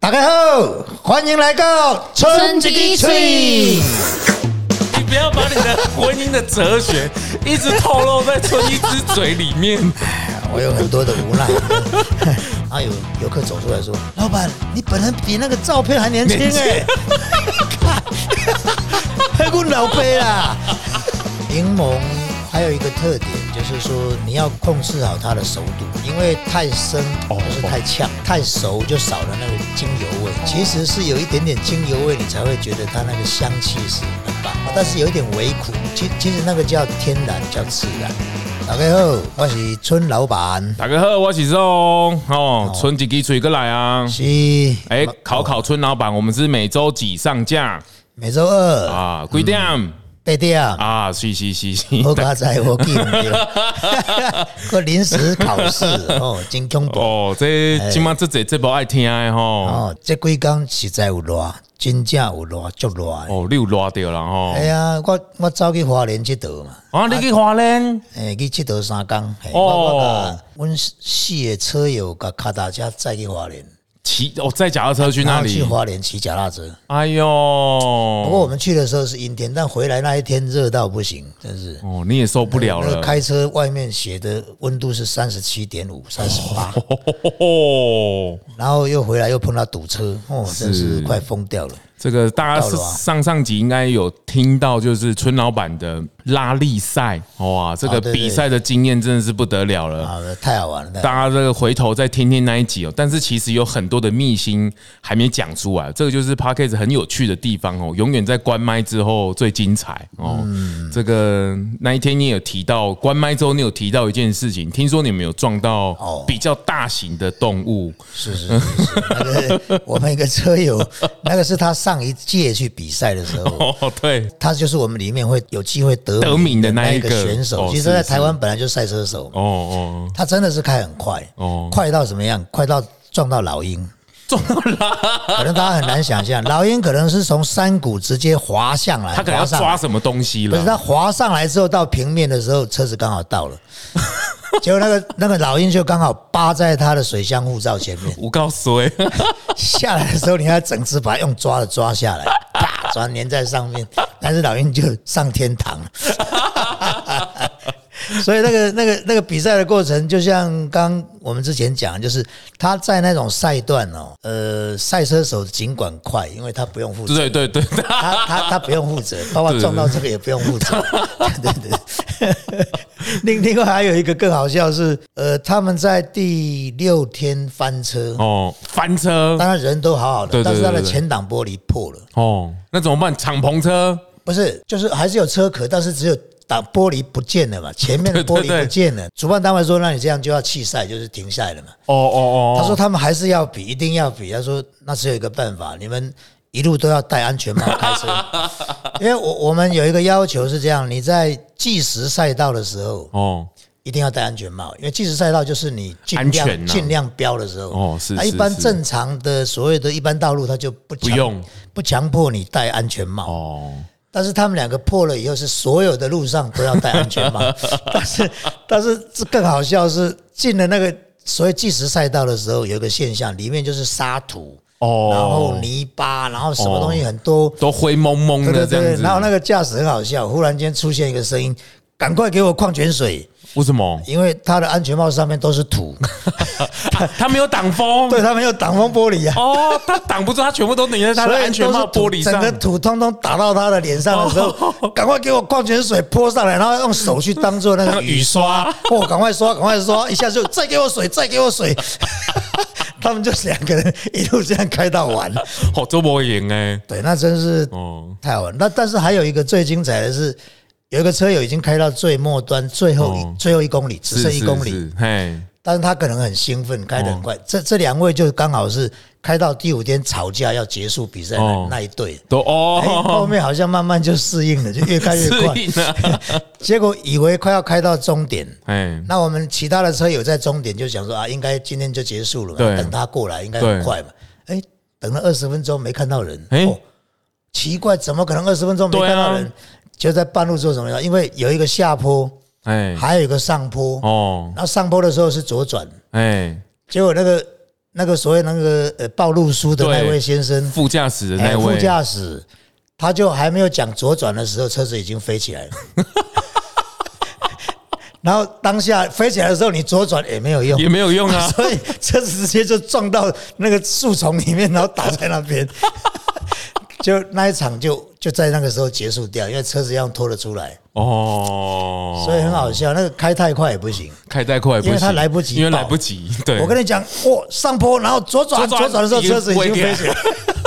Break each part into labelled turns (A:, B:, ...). A: 大家好，欢迎来到春之翠。
B: 你不要把你的婚姻的哲学一直透露在春一之嘴里面。
A: 我有很多的无奈。然后有哎游客走出来说：“老板，你本人比那个照片还年轻
B: 年轻
A: 哎、 还问老啊贝啦。柠檬还有一个特点就是说，你要控制好它的熟度，因为太生
B: 哦
A: 就是太呛，太熟就少了那个精油味。其实是有一点点精油味，你才会觉得它那个香气是很棒，但是有一点微苦。其其实那个叫天然，叫自然。大家好，我是村老板，
B: 大家好，我是钟哦，春几滴嘴过来啊！
A: 是
B: 哎，考考村老板，我们是每周几上架
A: 每周二
B: 啊？几点
A: 八点啊。
B: 啊？是是是是，
A: 我刚才我记唔 到，我临时考试哦，真恐怖。
B: 哦，这
A: 哎
B: 今晚这这这波爱听的吼，
A: 哦，这几天实在有热，真正有热，足热的。
B: 哦，你有热掉了吼
A: 哎。呀，我我走去花莲佚佗嘛，
B: 啊，你去花莲
A: 哎，去佚佗三工。嘿
B: 哦
A: 我我甲阮四个车友甲卡达车载去花莲，
B: 骑，哦，在脚踏车去
A: 然
B: 那
A: 后去
B: 里？
A: 花莲骑脚踏车。
B: 哎呦，
A: 不过我们去的时候是阴天，但回来那一天热到不行，真是。
B: 哦，你也受不了
A: 那个
B: 了。
A: 哎 开车外面写的温度是三十七点五、三十八，
B: 哦，
A: 然后又回来又碰到堵车，哦，真是
B: 是
A: 快疯掉了。
B: 这个大家是
A: 到了啊
B: 上上集应该有听到，就是村老板的拉力赛，哇，这
A: 啊
B: 个
A: 对对
B: 比赛的经验真的是不得了了。
A: 啊，太好玩了！太好玩了
B: 大家这个回头再听听那一集哦，但是其实有很多的秘辛还没讲出来，这个就是 p a c k a g e 很有趣的地方哦，永远在关麦之后最精彩哦。
A: 嗯
B: 这个那一天你有提到关麦之后，你有提到一件事情，听说你们有撞到
A: 哦
B: 比较大型的动物，
A: 是是是是，那个我们一个车 友，那个是他上一届去比赛的时候，
B: 哦，对，
A: 他就是我们里面会有机会得
B: 得名的那
A: 那
B: 一
A: 个
B: 个
A: 选手。
B: 哦
A: 其实，
B: 是
A: 在
B: 是
A: 台湾本来就赛车手嘛，
B: 哦 哦，
A: 他真的是开很快，
B: 哦
A: 快到什么样？快到撞到老鹰，
B: 撞到
A: 可能大家很难想 象，老鹰可能是从山谷直接滑向来，
B: 他可能
A: 滑
B: 要
A: 上来
B: 抓什么东西
A: 不是
B: 了。
A: 它滑上来之后到平面的时候，车子刚好到了，结果那个那个老鹰就刚好扒在他的水箱护罩前面。
B: 我告诉欸你，
A: 下来的时候，你要整只把它用抓的抓下来，啪，抓粘在上面，但是老鹰就上天堂 了。所以那个那个那个比赛的过程，就像刚我们之前讲，就是他在那种赛段哦，呃，赛车手尽管快，因为他不用负责，
B: 对对 对，
A: 他他他不用负责，包括撞到这个也不用负责。 对对对。另另外还有一个更好笑是，呃，他们在第六天翻车，
B: 哦，翻车
A: 当然人都好好的，
B: 对对对
A: 但是他的
B: 对对
A: 前挡玻璃破了，
B: 哦，那怎么办？敞篷车
A: 不是，就是还是有车壳，但是只有挡玻璃不见了嘛，前面的玻
B: 对对
A: 璃
B: 对
A: 不见了。主办单位说，那你这样就要弃赛，就是停赛了嘛。
B: 哦哦哦，
A: 他说他们还是要比，一定要比。他说那只有一个办法，你们一路都要戴安全帽开 车，因为我我们有一个要求是这样，你在计时赛道的时候
B: 哦
A: 一定要戴安全帽，因为计时赛道就是你尽
B: 安全
A: 量
B: 啊
A: 尽、量飙的时候。
B: 哦是
A: 那
B: 是
A: 一般
B: 是
A: 正常的所谓的一般道路，它就不强
B: 不用
A: 不强迫你戴安全帽。
B: 哦，
A: 但是他们两个破了以后，是所有的路上都要戴安全 帽。但是，但是这更好笑是进了那个所谓计时赛道的时候，有一个现象，里面就是沙土，
B: 哦
A: 然后泥巴，然后什么东西很多，
B: 都灰蒙蒙
A: 对
B: 的
A: 对
B: 这样
A: 对。
B: 子，
A: 然后那个驾驶很好笑，忽然间出现一个声音：“赶快给我矿泉水！”
B: 为什么
A: 因为他的安全帽上面都是 土，
B: 啊他没有挡风？
A: 对他没有挡风玻璃啊。
B: 哦，他挡不住，他全部都粘在他的
A: 所以
B: 安全帽玻璃
A: 都是土整
B: 上哦
A: 个。土通通打到他的脸上的时候，赶快给我矿泉水泼上来，然后用手去当做那
B: 那
A: 个
B: 个 雨
A: 雨
B: 刷，
A: 哦，赶快刷，赶快刷，一下就再给我水， 再给我水。他们就是两个人一路这样开到 完，
B: 哦，周伯言哎，
A: 对，那真是
B: 哦，
A: 太好玩。那但是还有一个最精彩的是，有一个车友已经开到最末端，最后一、
B: 哦
A: 最后一公里，只
B: 是
A: 剩一公，里，
B: 是是嘿，
A: 但是他可能很兴奋，开
B: 哦
A: 得很快。这这两位就刚好是开到第五天吵架要结束比赛那、
B: 哦
A: 那一队。
B: 都
A: 哎，后
B: 哦，
A: 面好像慢慢就适应了，就越开越
B: 适
A: 快。
B: 应 了，
A: 结果以为快要开到终点，
B: 哎，
A: 那我们其他的车友在终点就想说啊，应该今天就结束了嘛，
B: 对
A: 等他过来应该很快嘛。哎，等了二十分钟没看到人，
B: 哎
A: 哦，奇怪，怎么可能二十分钟没
B: 对啊
A: 看到人？就在半路做什么呢？因为有一个下坡，
B: 哎，
A: 哦还有一个上坡，
B: 哦，
A: 然后上坡的时候是左转，
B: 哎，
A: 结果那个那个所谓那个呃报路书的那
B: 对
A: 位先生，
B: 副驾驶的
A: 哎
B: 那
A: 副
B: 位，
A: 驾驶，他就还没有讲左转的时候，车子已经飞起来了。 然后当下飞起来的时候，你左转也没有用。
B: 也，没有用啊
A: 所以车子直接就撞到那个树丛里面，然后打在那边。 就那一场就就在那个时候结束掉，因为车子要拖得出来，
B: 哦，
A: 所以很好笑。那个开太快也不行。
B: 开太快不行，
A: 因为他来不及
B: 因为
A: 报
B: 来不及。对，
A: 我跟你讲，哇，上坡，然后左转，
B: 左
A: 左
B: 转
A: 转的时候车子已经
B: 已经
A: 飞起来，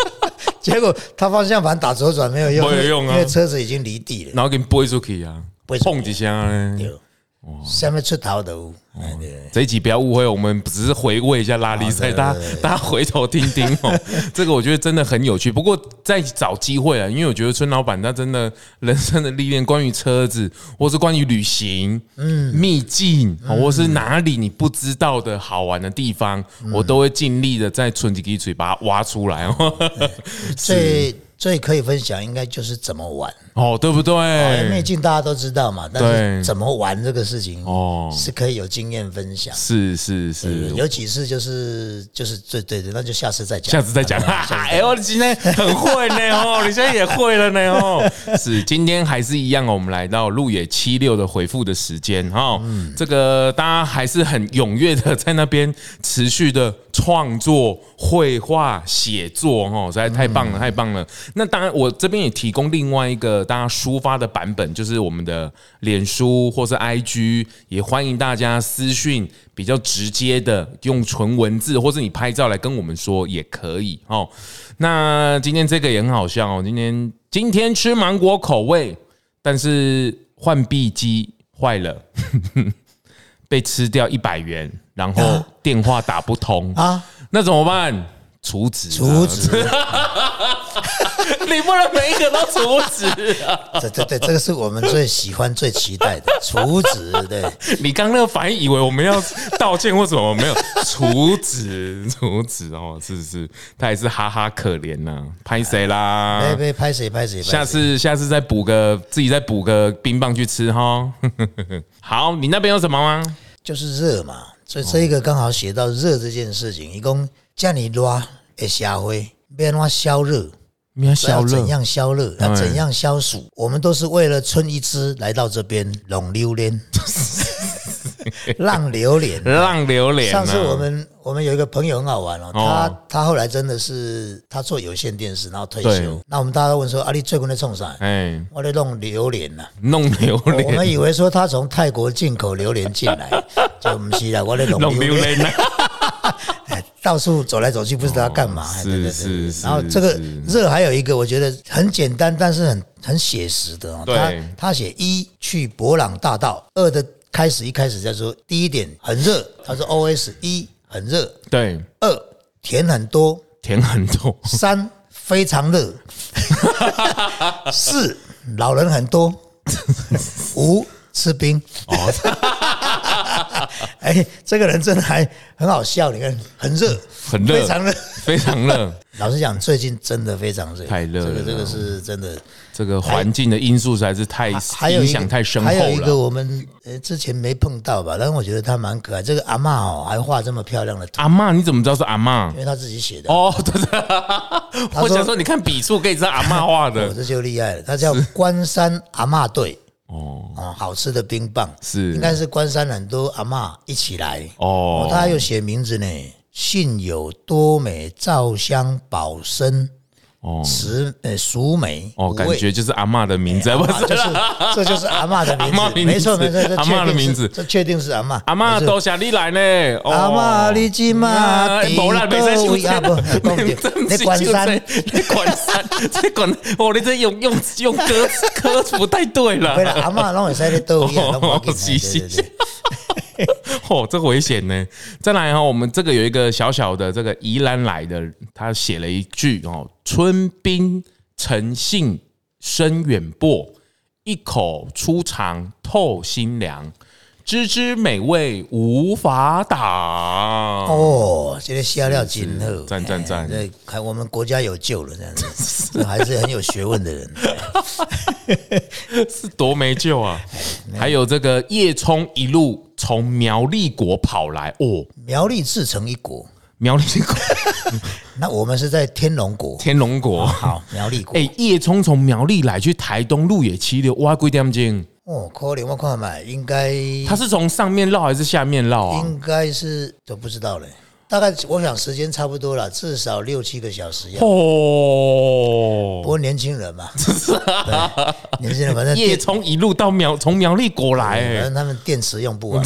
A: 结果他方向盘打左转没有用，
B: 没有用啊
A: 因为车子已经离地了，
B: 然后给你拨出去啊
A: 飞，出去
B: 碰几下呢。
A: 对下面出头的有，
B: 哦
A: 哎对
B: 这一集不要误会，我们只是回味一下拉力赛，大家大家回头听听 哦。这个我觉得真的很有趣，不过再找机会啊，因为我觉得孙老板他真的人生的历练，关于车子，或是关于旅行、嗯、秘境，哦或是哪里你不知道的好玩的地方，
A: 嗯
B: 我都会尽力的在存几滴嘴把它挖出来哦。
A: 最最可以分享应该就是怎么玩，
B: 哦，对不
A: 因为
B: 对？
A: 进大家都知道嘛，但
B: 对
A: 是怎么玩这个事情
B: 哦
A: 是可以有经验分享。
B: 是是是，
A: 有几次就是就是对对对，那就下次再讲，
B: 下次再讲。哎呦，你今天很会呢哦， 你现在也会了呢哦。 是，今天还是一样哦，我们来到路野七六的回复的时间哈、哦。这个大家还是很踊跃的在那边持续的创作、绘画、写作哦，实在太棒了，太棒了。那当然，我这边也提供另外一个大家抒发的版本，就是我们的脸书或是 IG，也欢迎大家私讯比较直接的，用纯文字或是你拍照来跟我们说也可以哦。那今天这个也很好笑哦，今天今天吃芒果口味，但是换币机坏了， 被吃掉一百元，然后电话打不通
A: 啊
B: 啊，那怎么办？除职啊，
A: 竹子，
B: 你不能每一个都除职啊！
A: 对对对，这个是我们最喜欢、最期待的竹子，对。
B: 你刚刚那个反应，以为我们要道歉或什么，没有除职，除职哦，是不是？他也是哈哈可怜呐、拍谁啦？
A: 拍哎拍拍谁拍谁，
B: 下次下次再补个自己再补个冰棒去吃哈。 好，你那边有什么吗？
A: 就是热嘛，所以这一个刚好写到热这件事情，一共叫你热会下灰，变化消热，
B: 你要
A: 要怎样消热，要
B: 哎
A: 怎样消暑，我们都是为了春一枝来到这边拢榴 莲，浪榴莲。
B: 浪榴莲、
A: 上
B: 啊。
A: 次我们我们有一个朋友很好玩哦，
B: 哦
A: 他他后来真的是他做有线电视，然后退
B: 对
A: 休。那我们大家都问说，啊，你最近在冲啥？
B: 哎
A: 我在弄榴莲 呐。
B: 弄榴
A: 我们
B: 莲，
A: 以为说他从泰国进口榴莲进来，就不是啦，我在弄
B: 弄
A: 榴
B: 榴
A: 莲，
B: 莲啊。
A: 到处走来走去，不知道要干嘛。
B: 哦
A: 对对对
B: 是
A: 对
B: 是是
A: 然后这个
B: 是
A: 热还有一个，我觉得很简单，但是很很写实的哦。
B: 对
A: 他他写一去博朗大道，二的开始一开始在说第一点很热，他说 O S 一很热，
B: 对，
A: 二甜很多，
B: 甜很多。
A: 三非常热，四老人很多，五吃冰。哦， 哎，这个人真的还很好笑，你看很热，
B: 很热
A: 非常热。
B: 非常热，
A: 老实讲，最近真的非常热，
B: 太热了
A: 这个这个是真的。
B: 这个环境的因素实在是太
A: 还有
B: 影
A: 一个
B: 响太深厚
A: 还有一个
B: 了。
A: 我们呃之前没碰到吧，但是我觉得他蛮可爱。这个阿嬷哦，还画这么漂亮的图，
B: 阿嬷，你怎么知道是阿嬷
A: 因？为他自己写的。
B: 啊哦，对对，
A: 说
B: 我想说，你看笔触可以知道阿嬷画
A: 哦
B: 的
A: 这就厉害了，它叫关山阿嬷队。哦好吃的冰棒
B: 是
A: 应该是关山很多阿嬷一起来哦，
B: 哦。
A: 他还有写名字呢，信友多美、皂香、宝参、
B: 哦
A: 石呃淑梅
B: 哦，
A: 五
B: 感
A: 味
B: 觉就是阿嬷的名字，不
A: 啊
B: 是
A: 就是这就是阿嬷的名
B: 阿嬷
A: 字，
B: 名字
A: 没错没错，这
B: 阿嬷的名字
A: 这确定是阿嬷
B: 阿
A: 没
B: 嬷
A: 错
B: 多谢你来呢，哦
A: 阿嬷你即马
B: 啊
A: 伫
B: 无啦，没使
A: 倒位啊不 讲对你关山，
B: 你关山，你关，哦，你这用用用歌词歌词不太对
A: 回
B: 了
A: 来，阿嬷拢会使咧倒位啊，拢无要紧
B: 哦
A: 对
B: 是
A: 对
B: 是
A: 对
B: 是哦，这危险呢。再来哈、哦，我们这个有一个小小的这个宜兰来的，他写了一句哦：“春兵诚信深远播，一口出肠透心凉，知之美味无法挡。”哦，
A: 哦，这个下料真好，
B: 赞赞赞
A: 哎这看我们国家有救了，这样 子，这还是很有学问的人。
B: 是多没救啊！还有这个叶冲一路从苗栗国跑来哦，
A: 苗栗自成一国，
B: 苗栗国
A: 那我们是在天龙国，
B: 天龙国。
A: 好苗栗国
B: 哎、。叶冲从苗栗来去台东路野七六挖龟点钟，
A: 哦，可能我看买应该
B: 他是从上面绕还是下面绕啊？
A: 应该是都不知道嘞。大概我想时间差不多了，至少六七个小时要。不
B: 哦，
A: 过年轻 人嘛，对年轻人反正
B: 叶
A: 电，
B: 冲一路到苗从苗栗国来、
A: 反
B: 哎
A: 正他们电池用不 完，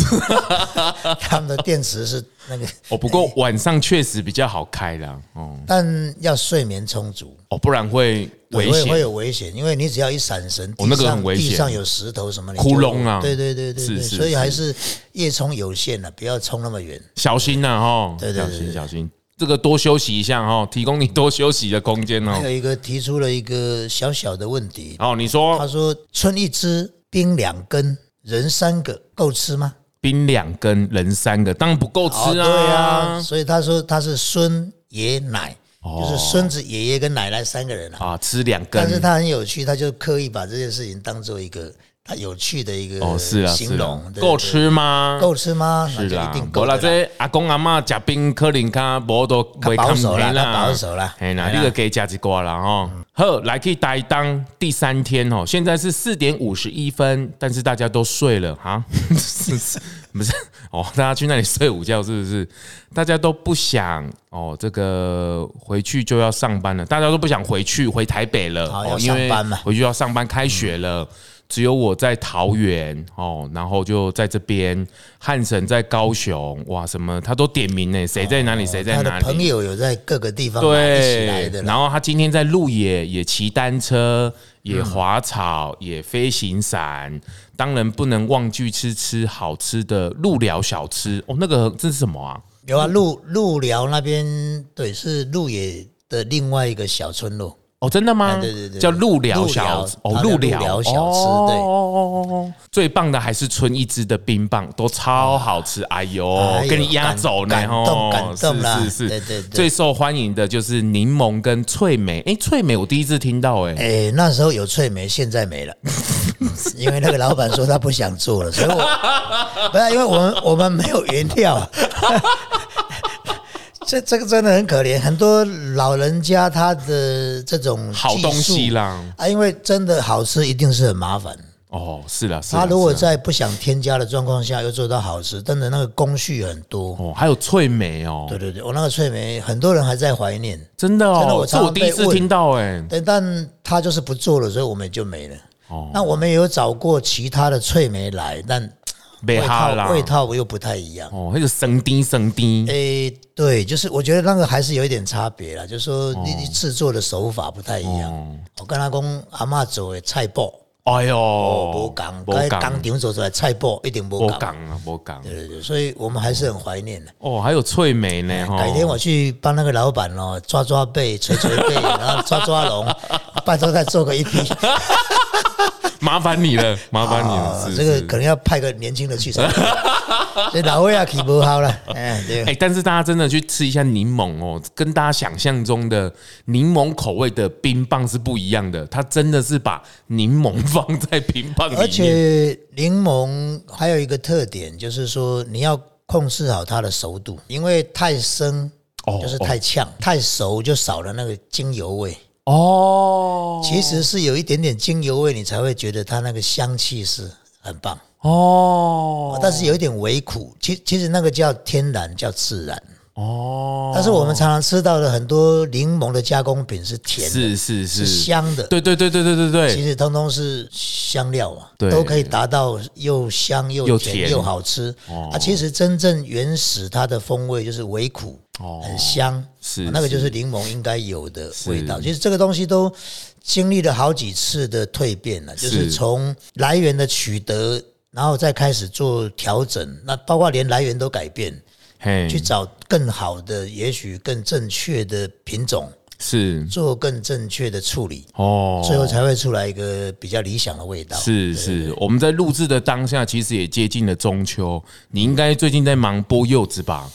A: 他们的电池是那个，
B: 哦，不过晚上确实比较好开啦，哦
A: 但要睡眠充足，
B: 哦，不然会危
A: 对会会
B: 险。
A: 有危险，因为你只要一闪神，
B: 哦那个
A: 地上
B: 很危险
A: 地上有石头什么你就
B: 窟窿啊
A: 对对对对
B: 是
A: 对，
B: 是
A: 所以还是夜冲有限了，不要冲那么远。
B: 小心呐、哦，
A: 对对对
B: 小心
A: 对
B: 小心，这个多休息一下哦，提供你多休息的空间
A: 还
B: 哦。
A: 有一个提出了一个小小的问题，
B: 哦，你说
A: 他说：“春一枝，冰两根，人三个，够吃吗
B: 冰两根，人三个，当然不够？”吃啊。哦
A: 对啊，所以他说他是孙爷奶，就是孙子、爷爷跟奶奶三个人啊。
B: 啊，吃两
A: 但是
B: 根。
A: 他很有趣，他就刻意把这件事情当做一个他有趣的一个
B: 哦，是啊，
A: 形
B: 是
A: 容
B: 啊，，
A: 对
B: 够，
A: 对
B: 吃吗？
A: 够吃吗？那
B: 是
A: 就
B: 啦
A: 一定，
B: 无
A: 够
B: 啦，
A: 的啦。
B: 这阿公阿嬷食冰，可能较无都
A: 他
B: 袂
A: 保守啦，
B: 嘿
A: 他保守啦，哎
B: 嘿啦，
A: 对
B: 你个给哎加一瓜啦哦。好，来去台当第三天哦，现在是四点五十一分，但是大家都睡了哈， 是是不是哦，大家去那里睡午觉是不是？大家都不想哦，这个回去就要上班了，大家都不想回去回台北了
A: 好
B: 哦
A: 要，
B: 因
A: 上
B: 为
A: 班嘛
B: 回去要上班，开学了。只有我在桃园哦，然后就在这边，汉神在高雄，哇，什么他都点名呢，谁在哪里，谁在
A: 哦他的
B: 哪里。
A: 朋友有在各个地方嘛一起来
B: 对
A: 的，啦，
B: 然后他今天在路野也骑单车，也滑草，也飞行伞，当然不能忘记吃吃好吃的路寮小吃哦。那个这是什么啊？
A: 有啊，鹿鹿寮那边对是鹿野的另外一个小村落，
B: 哦，真的吗？
A: 哎对对对
B: 叫路寮小吃
A: 鹿寮
B: 哦，
A: 它叫
B: 路
A: 鹿
B: 寮
A: 寮小吃
B: 哦
A: 对
B: 哦哦哦哦，最棒的还是春一枝的冰棒，都超好吃。哎呦
A: 哎，呦
B: 给你压走呢
A: 感感动
B: 哦，
A: 感动啦
B: 是是
A: 对
B: 是
A: 对对，
B: 最受欢迎的就是柠檬跟脆梅。哎，脆梅我第一次听到，哎，
A: 哎、那时候有翠梅，现在没了， 因为那个老板说他不想做了，所 以我不是因为我们我们没有原料， 这这个真的很可怜，很多老人家他的这种
B: 好东
A: 技
B: 西
A: 术
B: 啦。
A: 啊，因为真的好吃一定是很麻烦。
B: 哦，是啦，是啦
A: 他如果
B: 是啦啊
A: 在不想添加的状况下又做到好吃，真的那个工序很多。
B: 哦，还有脆梅哦，
A: 对对对，我那个翠梅，很多人还在怀念，
B: 真的
A: 真的
B: 哦，
A: 我
B: 这
A: 常
B: 我
A: 常
B: 第一
A: 被
B: 次
A: 问
B: 听到哎，
A: 但但他就是不做了，所以我们也就没了。
B: 哦
A: 那我们也有找过其他的翠梅来，但
B: 被
A: 味
B: 哈啦
A: 道，味道又不太一样。
B: 哦，那个生丁生丁，
A: 诶、对，就是我觉得那个还是有一点差别啦，就是说
B: 哦
A: 你你制作的手法不太一样。我跟他讲，阿嬷做的菜脯
B: 哎呦，
A: 哦，无
B: 无
A: 共，
B: 无
A: 跟工，
B: 讲
A: 厂做出来的菜脯一定无
B: 无
A: 共。
B: 讲啊，无讲，
A: 对对对，所以我们还是很怀念的。
B: 哦，还有脆梅呢，哦哈，
A: 哎改天我去帮那个老板哦，抓抓背、捶捶 背，然后抓抓龙，拜托再做个一批。
B: 麻烦 你了，麻烦你了，
A: 啊
B: 是，
A: 这个
B: 是
A: 可能要派个年轻的去 才可以，所以老魏啊，起不好了，哎，
B: 哎、
A: 对，
B: 但是大家真的去吃一下柠檬哦，跟大家想象中的柠檬口味的冰棒是不一样的，它真的是把柠檬放在冰棒里面，
A: 而且柠檬还有一个特点就是说你要控制好它的熟度，因为太生
B: 哦
A: 就是太呛，太熟就少了那个精油味。
B: 哦，
A: 其实是有一点点精油味，你才会觉得它那个香气是很棒，
B: 哦，
A: 但是有一点微苦。其其实那个叫天然，叫自然。
B: 哦，
A: 但是我们常常吃到的很多柠檬的加工品是甜的，
B: 是是
A: 是
B: 是，
A: 香的。
B: 对对对对对对
A: 其
B: 对，
A: 实通通是香料啊，
B: 对
A: 都可以达到又香
B: 又
A: 又甜
B: 甜哦
A: 又好吃、啊。其实真正原始它的风味就是微苦，
B: 哦
A: 很香，
B: 是
A: 啊那个就是是柠檬应该有的味道。其实这个东西都经历了好几次的蜕变了，就是
B: 是
A: 从来源的取得，然后再开始做调整，那包括连来源都改变，
B: 嘿
A: 去，找更好的，也许更正确的品种，
B: 是
A: 做更正确的处理。
B: 哦，
A: 最后才会出来一个比较理想的味道。
B: 是是，我们在录制的当下，其实也接近了中秋。你应该最近在忙剥柚子吧？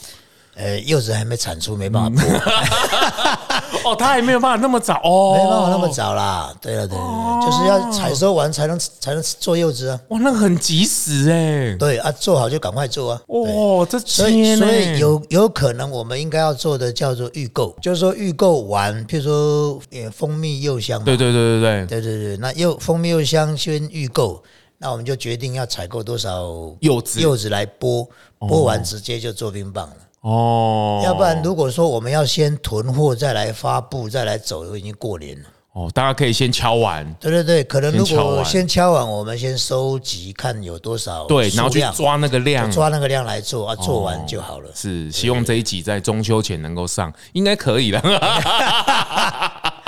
A: 呃，柚子还没产出，没办法剥，
B: 嗯哦，他还没有办法那么早 哦，
A: 没办法那么。早啦。对啊了，对了对了，就是要采收完才能才能做柚子啊。
B: 哇，那个很及时哎。
A: 对啊，做好就赶快做啊。对
B: 哇，这
A: 所以，
B: 天哎
A: 所
B: 呢
A: 以有有可能我们应该要做的叫做预购，就是说预购完，譬如说呃蜂蜜柚香嘛，
B: 对对对对对，
A: 对对对，那柚蜂蜜柚香先预购，那我们就决定要采购多少
B: 柚子
A: 柚子来剥，剥完直接就做冰棒了。
B: 哦，
A: 要不然如果说我们要先囤货，再来发布，再来走，已经过年了。
B: 哦，大家可以先敲完，
A: 对对对，可能如
B: 先敲
A: 果
B: 完
A: 先敲完，我们先收集看有多少
B: 对，
A: 数
B: 然后去
A: 量
B: 抓那嗯哦个量
A: 就。抓那个量来做啊，做完就好了。
B: 是，希望这一集在中秋前能够上，应该可以了。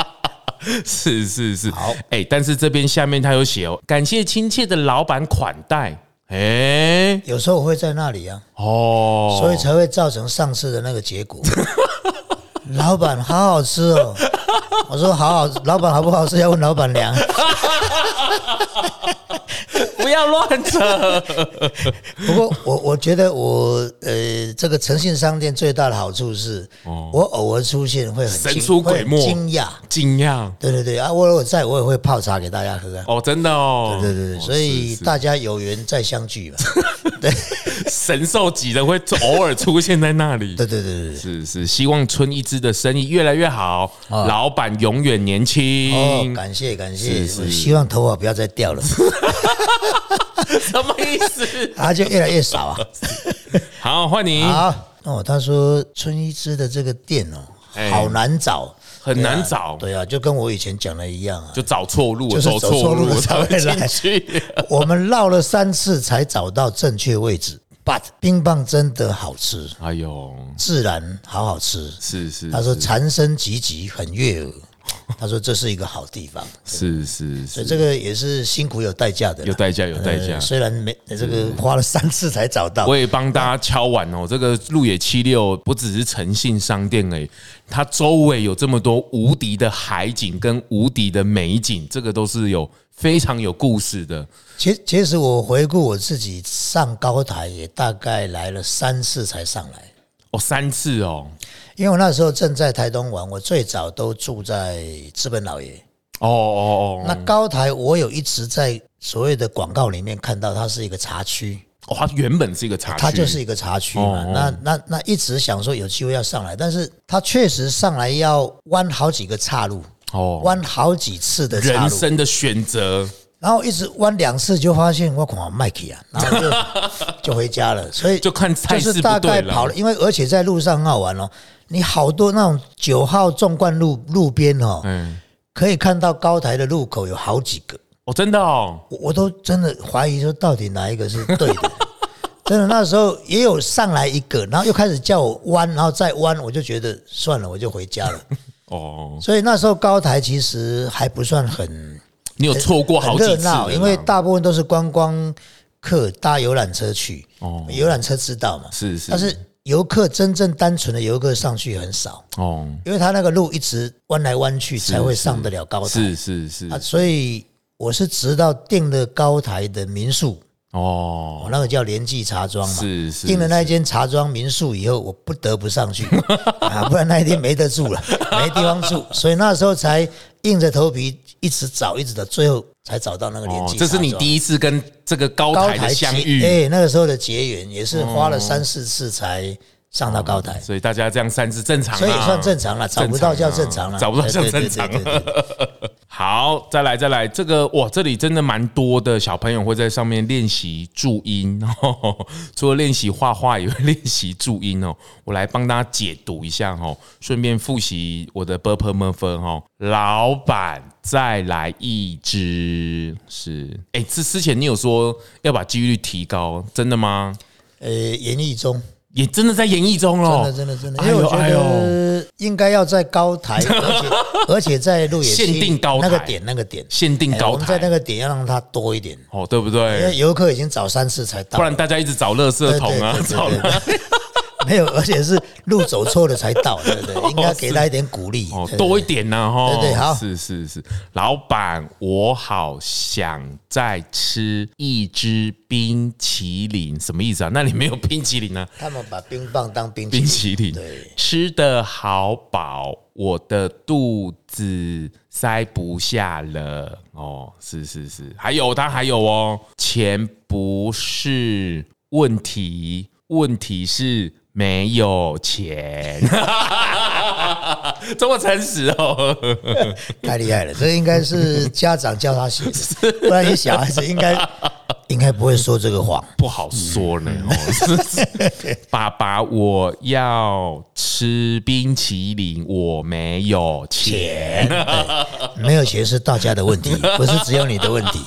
B: 是是是，
A: 好
B: 哎、但是这边下面他有写哦，感谢亲切的老板款待，哎、
A: 有时候我会在那里啊，
B: 哦，
A: 所以才会造成上次的那个结 果。老板好好吃哦， 我说好好，老板好不好吃要问老板娘。
B: 不要 乱扯。
A: 不过我我觉得我呃，这个诚信商店最大的好处是，我偶尔出现会很
B: 哦神
A: 惊
B: 出
A: 会
B: 鬼
A: 很
B: 没
A: 惊讶。
B: 惊讶
A: 对对对啊，我如果在我也会泡茶给大家喝啊。
B: 哦，真的哦，
A: 对对对，
B: 哦
A: 所以
B: 是是
A: 大家有缘再相聚 嘛。
B: 神兽级的会 偶尔出现在那里。
A: 对对对对对，
B: 是是，希望春一枝的生意越来越好，老板永远年轻。
A: 啊哦，感谢感谢，
B: 嗯是是
A: 我希望头发不要再掉了，
B: 什么意 思？
A: 啊，就越来越少啊。
B: 好，换你，
A: 好，哦，他说春一枝的这个店哦，
B: 哎
A: 好难找，
B: 很难找，
A: 对啊，就跟我以前讲的一样啊，
B: 就找错路，
A: 就是
B: 走
A: 走错
B: 错
A: 路才
B: 路才
A: 会
B: 会
A: 来
B: 进去。
A: 我们绕了三次才找到正确位置。But 冰棒真的好吃，
B: 哎呦，
A: 自然好好吃。
B: 是是，
A: 他说
B: 是
A: 蝉声急急很悦耳，他说这是一个好地方，
B: 是是
A: 所以
B: 是，
A: 这个也是辛苦有代价的啦，
B: 有代价有代价嗯
A: 呃虽然没这个花了三次才找到
B: 我，也帮大家敲完哦，这个路野七六不只是诚信商店而已，它周围有这么多无敌的海景跟无敌的美景，这个都是有非常有故事的。
A: 其其实我回顾我自己上高台也大概来了三次才上来，
B: 哦，三次哦，
A: 因为我那时候正在台东玩，我最早都住在资本老爷。
B: 哦哦
A: 那高台我有一直在所谓的广告里面看到，它是一个茶区，
B: 哦，哦，它原本是一个茶区，
A: 它就是一个茶区嘛。
B: 哦哦
A: 那那那一直想说有机会要上来，但是它确实上来要弯好几个岔路，
B: 哦，
A: 弯好几次的岔
B: 人
A: 路，
B: 生的选择
A: 然后一直弯两次就发现我恐怕麦克啊，然后 就就回家了。所以
B: 就看
A: 就
B: 菜
A: 是
B: 式
A: 大
B: 不
A: 概
B: 对
A: 跑
B: 了
A: 了，。因为而且在路上很好玩哦，你好多那种九号纵贯路路边哦，
B: 嗯，
A: 可以看到高台的路口有好几个。
B: 哦，真的哦，
A: 我我都真的怀疑说到底哪一个是对 的。真的，那时候也有上来一个，然后又开始叫我弯，然后再弯，我就觉得算了，我就回家了。
B: 哦，
A: 所以那时候高台其实还不算很
B: 你有错过
A: 很
B: 好几
A: 热
B: 次了
A: 闹，
B: 啦，
A: 因为大部分都是观光客搭游览车去，
B: 哦
A: 游览车知道嘛，
B: 是是，
A: 但是游客真正单纯的游客上去很少，
B: 哦，
A: 因为他那个路一直弯来弯去才会上得了高台
B: 是是是
A: 啊，所以我是直到订了高台的民宿，我
B: 哦，
A: 那个叫联记茶庄嘛，
B: 是是
A: 订了那间茶庄民宿以后，我不得不上 去啊，不然那一天没得住了，没地方住，所以那时候才硬着头皮一直找，一直找，最后才找到那个联
B: 哦
A: 记，茶
B: 这
A: 庄。
B: 是你第一次跟这个高
A: 高
B: 台
A: 台
B: 的相
A: 结
B: 遇
A: 哎、，那个时候的结缘也是花了三四次才上到高台，
B: 所以大家这样三次正常啊，
A: 所以也算正常了，找不到叫正
B: 哦正
A: 常
B: 常
A: 了，
B: 啊找不到叫
A: 对对对
B: 正常
A: 对对对
B: 好，再来再来，这个哇，这里真的蛮多的小朋友会在上面练习注音哦。 除了练习画画，也会练习注音哦。我来帮大家解读一下哦，顺便复习我的 b u r p e r m u r p e r 哦。老板再来一只，是哎，之之前你有说要把几率提高，真的吗？
A: 呃，演艺中。
B: 也真的在演绎中喽，
A: 真的真的真的，因
B: 哎
A: 为
B: 呦
A: 我觉
B: 哎呦，
A: 得应该要在高 台，而且而且在路野区
B: 限定高台
A: 那个点那个点
B: 限定
A: 哎我
B: 高
A: 们在那
B: 台
A: 个哎点要让它多一点，
B: 哦，对不
A: 因为
B: 对？
A: 游客已经找三次才到，
B: 不然大家一直找垃圾
A: 对
B: 桶啊，
A: 对对
B: 找
A: 对对 没有，而且是路走错了才到，对不 对？应该给他一点鼓励，
B: 哦，
A: 对
B: 多一点呢、哈。
A: 对对好
B: 是是是，老板，我好想再吃一只冰淇淋，什么意思啊？那里没有冰淇淋啊？
A: 他们把冰棒当冰淇
B: 冰
A: 淋，
B: 淇淋
A: 对，
B: 吃的好饱，我的肚子塞不下了。哦，是是是，还有他还有哦，钱不是问题，问题是没有钱。 这么诚实哦，
A: 太厉害了！这应该是家长教他 写的，不然你小孩子应该应该不会说这个谎。
B: 不好说呢。哦，是爸爸，我要吃冰淇淋，我没有
A: 钱，
B: 钱。
A: 对没有钱是大家的问 题，不是只有你的问题，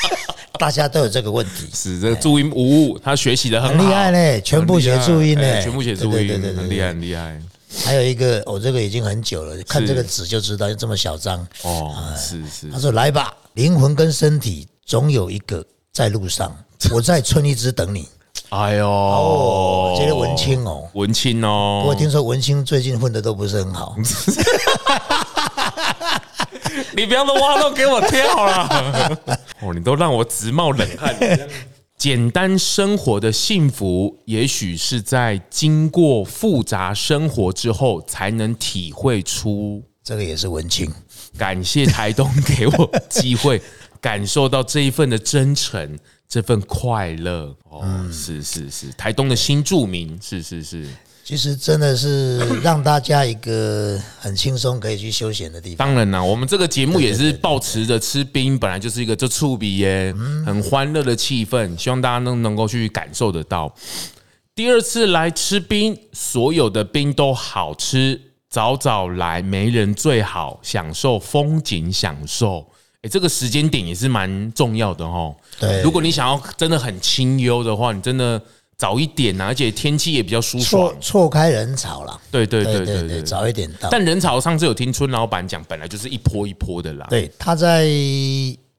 A: 大家都有这个问题。
B: 是这个注音无误，他学习的很
A: 哎很
B: 好
A: 厉害嘞，全部写注音
B: 很厉害
A: 嘞，
B: 哎全部写注
A: 对
B: 音，
A: 对对对
B: 很厉害，。很厉害。
A: 对还有一个，我这个已经很久了，看这个纸就知道，就这么小张。
B: 哦，是是
A: 他，说：“来吧，灵魂跟身体总有一个在路 上，我在村一直等你。
B: 哎呦，
A: 哦这个文青哦
B: 文青”哦，
A: 我听说文青最近混的都不是很好，
B: 你不要都挖洞给我跳了。 哦，你都让我直冒冷 汗。简单生活的幸福，也许是在经过复杂生活之后，才能体会出
A: 这个也是文青。
B: 感谢台东给我机会，感受到这一份的真诚，这份快乐。哦，是是是，台东的新住民，是是是，
A: 其实真的 是让大家一个很轻松可以去休闲的地方。
B: 当然啦，我们这个节目也是抱持着吃冰，本来就是一个这触鼻耶，很欢乐的气氛，希望大家能能够去感受得到。第二次来吃冰，所有的冰都好吃，早早来没人最好，享受风景，享受。哎，这个时间点也是蛮重要的哦。
A: 对
B: 如果你想要真的很清幽的话，你真的早一点啊，而且天气也比较舒爽
A: 错。错开人潮啦，
B: 对对对
A: 对
B: 对
A: 对
B: 对
A: 对，。早一点到。
B: 但人潮上次有听村老板讲，本来就是一波一波的啦。
A: 对，他在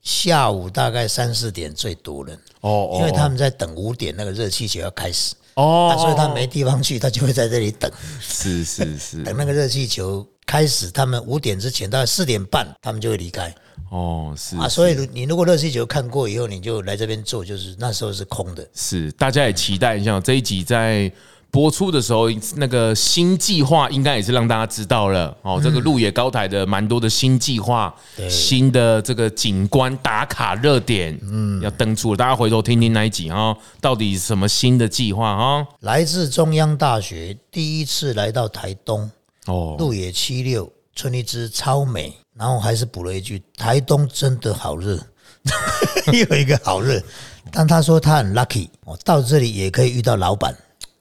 A: 下午大概三四点最多人，
B: 哦，哦
A: 因为他们在等五点那个热气球要开始，
B: 哦，
A: 啊所以他
B: 哦
A: 没地方去，他就会在这里 等，
B: 是是 是
A: 等那个热气球开始，他们五点之前大概四点半，他们就会离开
B: 哦是
A: 啊。所以你如果热气球看过以后，你就来这边坐，就是那时候是空的。
B: 是，大家也期待一下这一集在。播出的时候，那个新计划应该也是让大家知道了哦。
A: 嗯
B: 这个鹿野高台的蛮多的新计划、新的这个景观打卡热点，嗯，要登出了。大家回头听听那一集哦，到底什么新的计划啊？
A: 来自中央大学，第一次来到台东
B: 哦，
A: 鹿野七六，春一枝超美，然后还是补了一句：台东真的好热， 又一个好热。但他说他很 lucky，我到这里也可以遇到老板，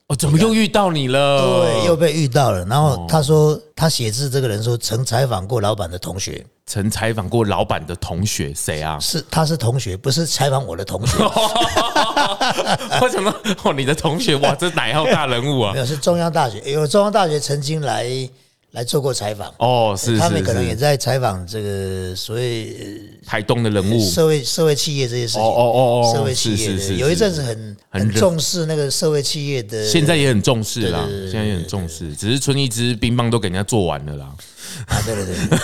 B: 哦，怎么又遇到你了？
A: 啊对，又被遇到了。然
B: 哦
A: 后他说他写字这个人说曾采访过老板的同学，
B: 曾采访过老板的同学谁啊？
A: 是他是同学，不是采访我的同
B: 哦
A: 学，
B: 为什么？哦，你的同学哇，这哪一号大人物啊
A: 没？有是中央大学，有中央大学曾经来来做过采访。
B: 哦，是
A: 他们
B: 是
A: 可能也
B: 是，
A: 在采访这个所谓呃
B: 台东的人物
A: 社会社会企业这些事情，
B: 哦哦哦哦
A: 社会企业
B: 是是是
A: 的有一阵子很
B: 很
A: 很
B: 热
A: 重视那个社会企业的，
B: 现在也很重视啦，现在也很重视，只是春一枝冰棒都给人家做完了啦。
A: 啊，对对对，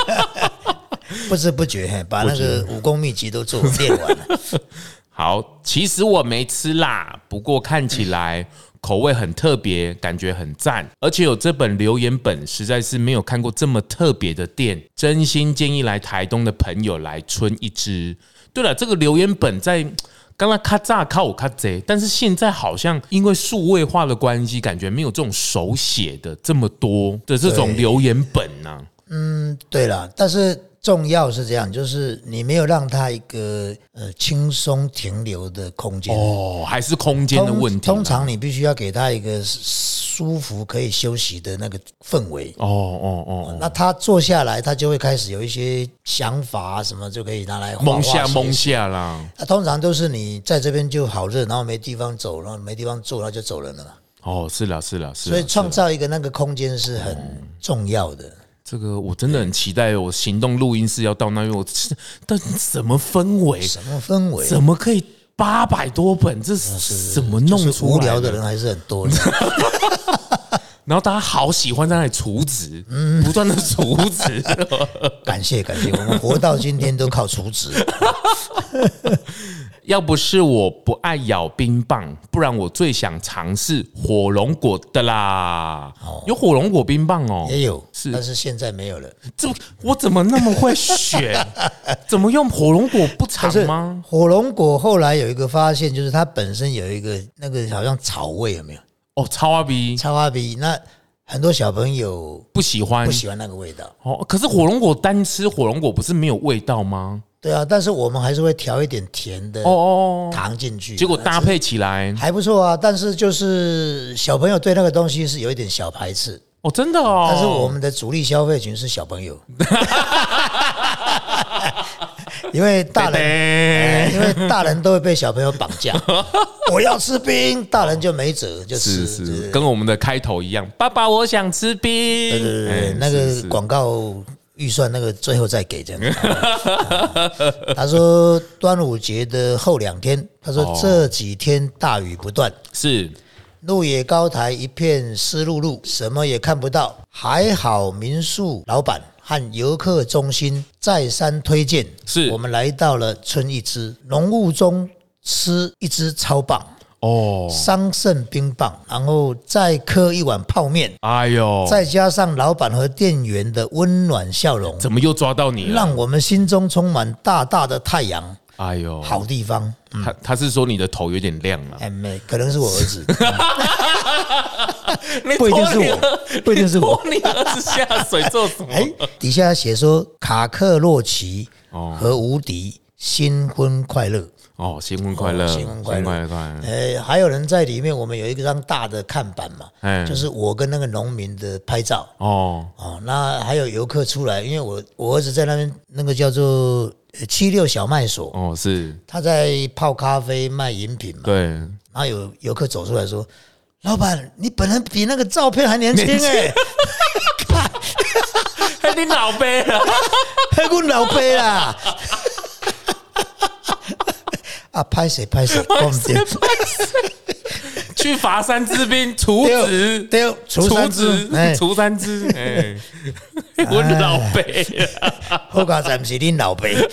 A: 不知不觉嘿把那个武功秘籍都做练完 了，
B: 好，其实我没吃辣，不过看起来口味很特别，感觉很赞，而且有这本留言本，实在是没有看过这么特别的店，真心建议来台东的朋友来春一支。对了，这个留言本在。刚刚咔嚓咔我咔贼，但是现在好像因为数位化的关系，感觉没有这种手写的这么多的这种
A: 对
B: 留言本啊呐、
A: 对了，但是重要是这样，就是你没有让他一个呃轻松停留的空间。
B: 哦，还是空间的问
A: 通
B: 题啦。
A: 通常你必须要给他一个舒服可以休息的那个氛围，
B: 哦哦哦
A: 那他坐下来，他就会开始有一些想法啊什么，就可以拿来
B: 哦，
A: 画画
B: 蒙下
A: 写
B: 蒙
A: 写
B: 下啦。
A: 那通常都是你在这边就好热，然后没地方走，然后没地方坐，然后就走人了嘛。
B: 哦，是啦是啦是啦。
A: 所以创
B: 是啦
A: 造一个那个空间是很重要的。
B: 这个我真的很期待，我行动录音室要到那边，我但什么氛围，
A: 什么氛围？
B: 啊怎么可以八百多本，这是怎么弄
A: 就是
B: 出来
A: 无聊的人 还是很多的。
B: 然后大家好喜欢在那里除值，
A: 嗯
B: 不断的除值。
A: 感谢感谢，我们活到今天都靠厨 子。
B: 要不是我不爱咬冰棒，不然我最想尝试火龙果的啦。有火龙果冰棒哦，
A: 哦也有，
B: 是
A: 但是现在没有了。
B: 这我怎么那么 会选？怎么用火龙果不尝吗？
A: 火龙果后来有一个发现，就是它本身有一个那个好像草味，有没有？
B: 哦，超阿逼
A: 超阿比，那很多小朋友
B: 不喜欢
A: 不喜欢那个味道。
B: 哦。可是火龙果单吃火龙果不是没有味道吗？
A: 对啊，但是我们还是会调一点甜的
B: 哦哦，哦
A: 糖进去，
B: 结果搭配起来
A: 还不错啊。但是就是小朋友对那个东西是有一点小排斥，
B: 哦，真的哦。
A: 但是我们的主力消费群是小朋友， 因为大人哎
B: 人
A: 因为大人都会被小朋友绑架。 我要吃冰，大人就没辙，就吃。
B: 是是，跟我们的开头一样，爸爸，我想吃冰。哎对
A: 对对对，那个广告预算那个最后再给这样子。 啊他说端午节的后两天，他
B: 哦
A: 说这几天大雨不断，
B: 是
A: 路野高台一片湿漉漉，什么也看不到。还好民宿老板和游客中心再三推荐，
B: 是
A: 我们来到了村一支浓雾中吃一支超棒。
B: 哦，
A: 桑葚冰棒，然后再磕一碗泡面，
B: 哎呦，
A: 再加上老板和店员的温暖笑容，
B: 怎么又抓到你了？
A: 让我们心中充满大大的太阳。
B: 哎呦，
A: 好嗯地方，
B: 他他是说你的头有点亮啊 了，
A: 哎，没，可能是我儿子，
B: 你
A: 不一定是
B: 拖你儿
A: 我，不一定是我。
B: 拖你儿子下水做什么？
A: 哎，底下写说卡克洛奇
B: 哦
A: 和无敌新婚快乐。
B: 哦，新婚快乐，
A: 哦新婚快乐
B: 新婚快乐，
A: 呃，还有人在里面，我们有一张大的看板嘛
B: 哎，
A: 就是我跟那个农民的拍照。
B: 哦，
A: 哦，那还有游客出来，因为我我儿子在那边那个叫做呃七六小卖所，
B: 哦，是
A: 他在泡咖啡卖饮品嘛，
B: 对，
A: 然后有游客走出来说：“老板，你本人比那个照片还年轻
B: 年轻
A: 哎、欸，
B: 哎，你老背
A: 啊
B: 了，
A: 还我老辈啦。” 啊，拍谁拍谁，我们点
B: 去伐山之滨，除子，
A: 对哦，除三只
B: 子，，
A: 哎，
B: 除三只，哎，我老背了，
A: 后家仔不是你老辈，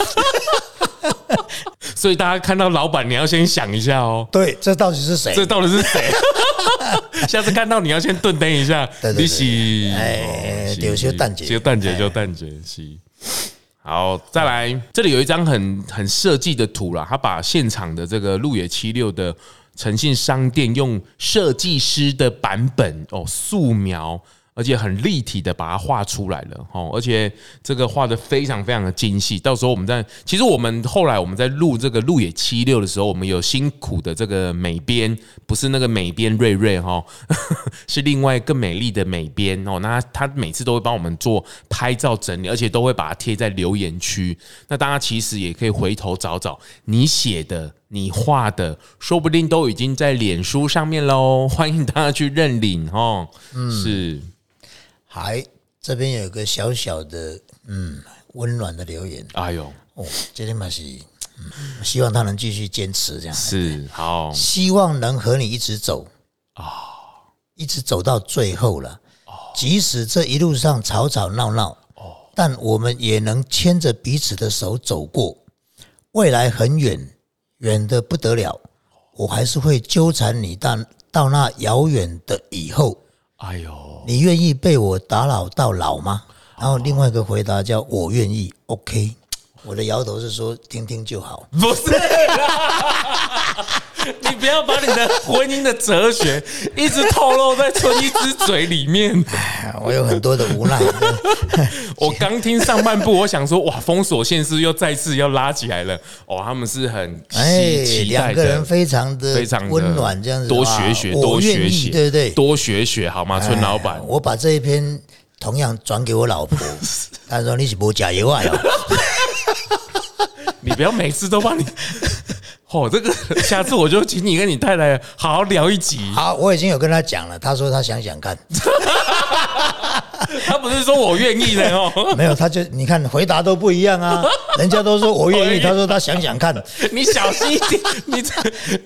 B: 所以大家看到老板，你要先想一下哦。
A: 对，这到底是谁？
B: 这到底是谁？ 下次看到你要先顿灯一下，
A: 对对对
B: 你是
A: 哎
B: 哦是
A: 对小蛋姐
B: 小蛋姐，小蛋姐是。好，再来，这里有一张很很设计的图啦，他把现场的这个路野七六的诚信商店用设计师的版本哦素描。而且很立体的把它画出来了哦，而且这个画的非常非常的精细。到时候我们在，其实我们后来我们在录这个路野七六的时候，我们有辛苦的这个美编，不是那个美编瑞瑞哈、 哦，是另外更美丽的美编哦。那他每次都会帮我们做拍照整理，而且都会把它贴在留言区。那大家其实也可以回头找找你写的、你画的，说不定都已经在脸书上面喽。 欢迎大家去认领哦。是
A: 还这边有个小小的嗯温暖的留言
B: 哎呦，
A: 哦，今天嘛是、嗯，希望他能继续坚持这样，
B: 是好
A: 希望能和你一直走啊，一直走到最后了。即使这一路上吵吵闹闹，但我们也能牵着彼此的手走过。未来很远，远的不得了，我还是会纠缠你到到那遥远的以后。
B: 哎呦，
A: 你愿意被我打扰到老吗？然后另外一个回答叫我愿意，OK。我的摇头是说听听就好，
B: 不是啦。你不要把你的婚姻的哲学一直透露在春一之嘴里面。
A: 哎我有很多的无奈。
B: 我刚听上半部，我想说，哇，封锁线是又再次要拉起来了。哦，他们是很
A: 哎
B: 期，期
A: 两
B: 待
A: 个人
B: 的，
A: 非常的
B: 非常的
A: 温暖，这样子
B: 多
A: 哇
B: 学学，
A: 我
B: 多
A: 愿
B: 学
A: 意，
B: 学，
A: 对不对？
B: 多学学好吗？村老板
A: 哎，我把这一篇同样转给我老 婆，她说你是不假油啊哟，
B: 你不要每次都 把你。哦，这个下次我就请你跟你太太 好好聊一集。
A: 好，我已经有跟她讲了，她说她想想看，
B: 他不是说我愿意 的哦，
A: 没有，他就你看回答都不一样啊，人家都说我愿
B: 我愿
A: 意，
B: 意
A: 他说他想想 看，
B: 你小心一点，你这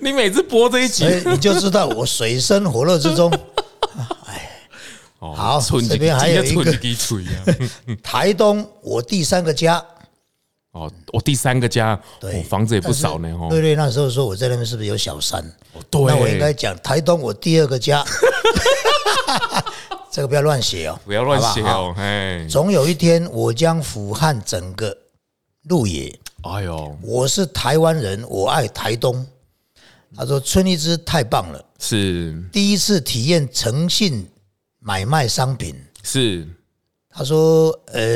B: 你每次播这一集
A: 所以你就知道我水深火热之 中。
B: 哦，
A: 好
B: 蠢
A: 这边还有一个
B: 给蠢一样
A: 台东我第三个家，
B: 哦，我第三个家，
A: 对
B: 哦，房子也不少呢哦
A: 对，对，那时候说我在那边是不是有小三？
B: 哦
A: 那我应该
B: 对，
A: 讲台东我第二个 家， 这个不要乱写哦，
B: 不要乱
A: 好不
B: 写
A: 好。
B: 哦，哎，
A: 总有一天我将俯瞰整个鹿野。
B: 哎呦，
A: 我是台湾人，我爱台东。他说春一枝太棒了，
B: 是
A: 第一次体验诚信买卖商品。
B: 是，
A: 他说，呃，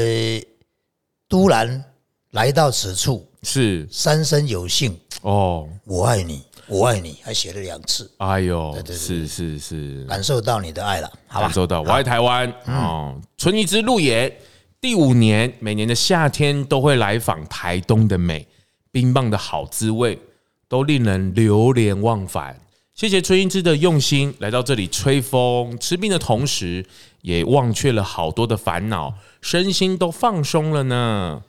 A: 都然来到此处，
B: 是
A: 三生有幸，
B: 哦，
A: 我爱你，我爱你，还写了两次，
B: 哎呦，
A: 对
B: 是是是，
A: 感受到你的爱了，好吧嗯
B: 感？受到我爱台湾哦。春一枝路野第五年，每年的夏天都会来访台东的美，冰棒的好滋味都令人流连忘返。谢谢春一枝的用心，来到这里吹风吃冰的同时，也忘却了好多的烦恼，身心都放松了呢。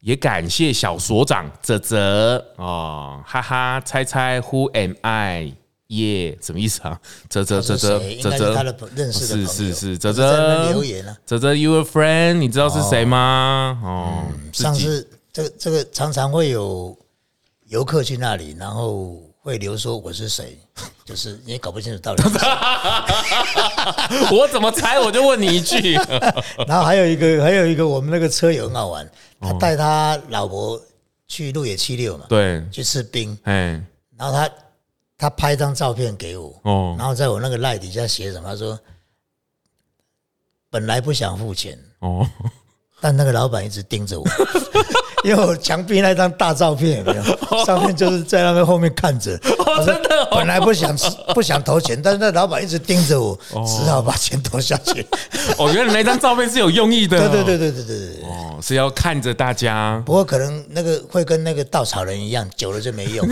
B: 也感谢小所长泽泽哦，哈哈，猜猜 Who am I？耶、什么意思啊？泽泽泽
A: 是
B: 泽
A: 谁？应
B: 泽
A: 该是
B: 泽
A: 他，的朋认识的朋
B: 是
A: 友，
B: 是是，
A: 他
B: 泽
A: 在那边
B: 泽
A: 留言啊。
B: 泽泽，you a friend，你知道是谁吗？哦，自己
A: 嗯上次这个这个常常会有游客去那里，然后会留说我是谁， 就是你也搞不清楚到底是谁。
B: 我怎么猜我就问你 一句，
A: 然后还有一个还有一个我们那个车友很好玩，他带他老婆去路野七六嘛，
B: 对，
A: 去吃冰，
B: 哎，
A: 然后他他拍一张照片给我，
B: 哦
A: 然后在我那个赖底下写什么，他说本来不想付钱，
B: 哦，
A: 但那个老板一直盯着我， 因为我墙壁那张大照片有没有？上面就是在那个后面看着。我说
B: 真的哦
A: 本来不想吃不想投钱，但是那老板一直盯着我，只好把钱投下 去。
B: 哦，原来那张照片是有用意的，
A: 对对对，对对对对对。
B: 哦，是要看着 大家，
A: 不过可能那个会跟那个稻草人一样，久了就没 用。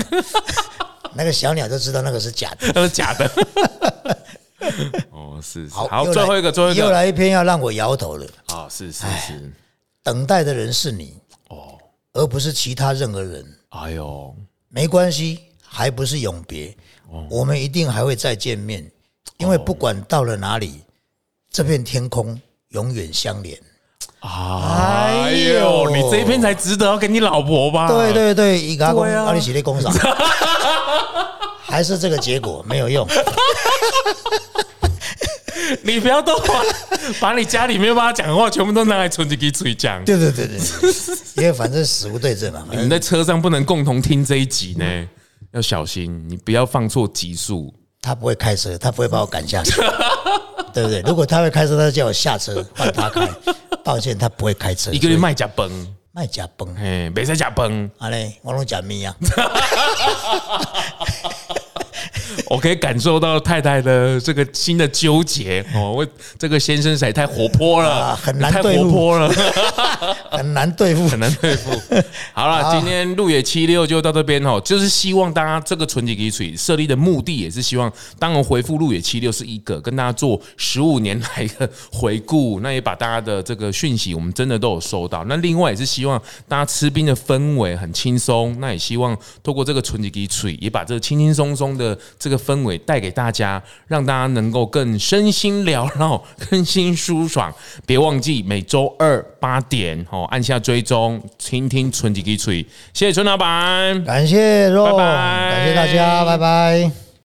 A: 那个小鸟就知道那个是假的。
B: 那是 假的。哦，是是好，
A: 又来
B: 最后一个，最后一
A: 又
B: 个，
A: 来哎一篇要让我摇头了。
B: 好，是是是，
A: 等待的人是你
B: 哦，
A: 而不是其他任何人。
B: 哎呦，
A: 没关系，还不是永别，我们一定还会再见面，因为不管到了哪里，这片天空永远相连。
B: 哎呦，你这一篇才值得要给你老婆吧？
A: 对对对，一个公
B: 啊对啊
A: 阿里喜的工厂，还是这个结果没有用。
B: 你不要都把把你家里面帮他讲的话全部都拿来存进给嘴讲。
A: 对对对对，对因为反正死无对证嘛，反
B: 你们
A: 正
B: 在车上不能共同听这一集呢，要小心，你不要放错集数。
A: 他不会开车，他不会把我赶下去，对不对？如果他会开车，他就叫我下车换他开。抱歉，他不会开车，
B: 一个人卖假崩，
A: 卖假崩。
B: 哎，没在假崩，
A: 啊嘞，我拢假咪啊，
B: 我可以感受到太太的这个新的纠结哦。我这个先生实在太活泼了，
A: 啊很难
B: 太
A: 对
B: 活
A: 付
B: 泼了。
A: 很难对付。
B: 很难对付。好了，今天路野七六就到这边哦，就是希望大家这个纯洁给水设立的目的也是希望，当然回复路野七六是一个跟大家做十五年来的回顾，那也把大家的这个讯息我们真的都有收到。那另外也是希望大家吃冰的氛围很轻松，那也希望透过这个纯洁给水，也把这个轻轻松松的这个氛围带给大家，让大家能够更身心缭绕、更新舒爽。别忘记每周二八点哦，按下追踪，听听纯几滴水。谢谢纯老板。
A: 感谢肉，
B: 拜拜
A: 感谢大家，拜拜。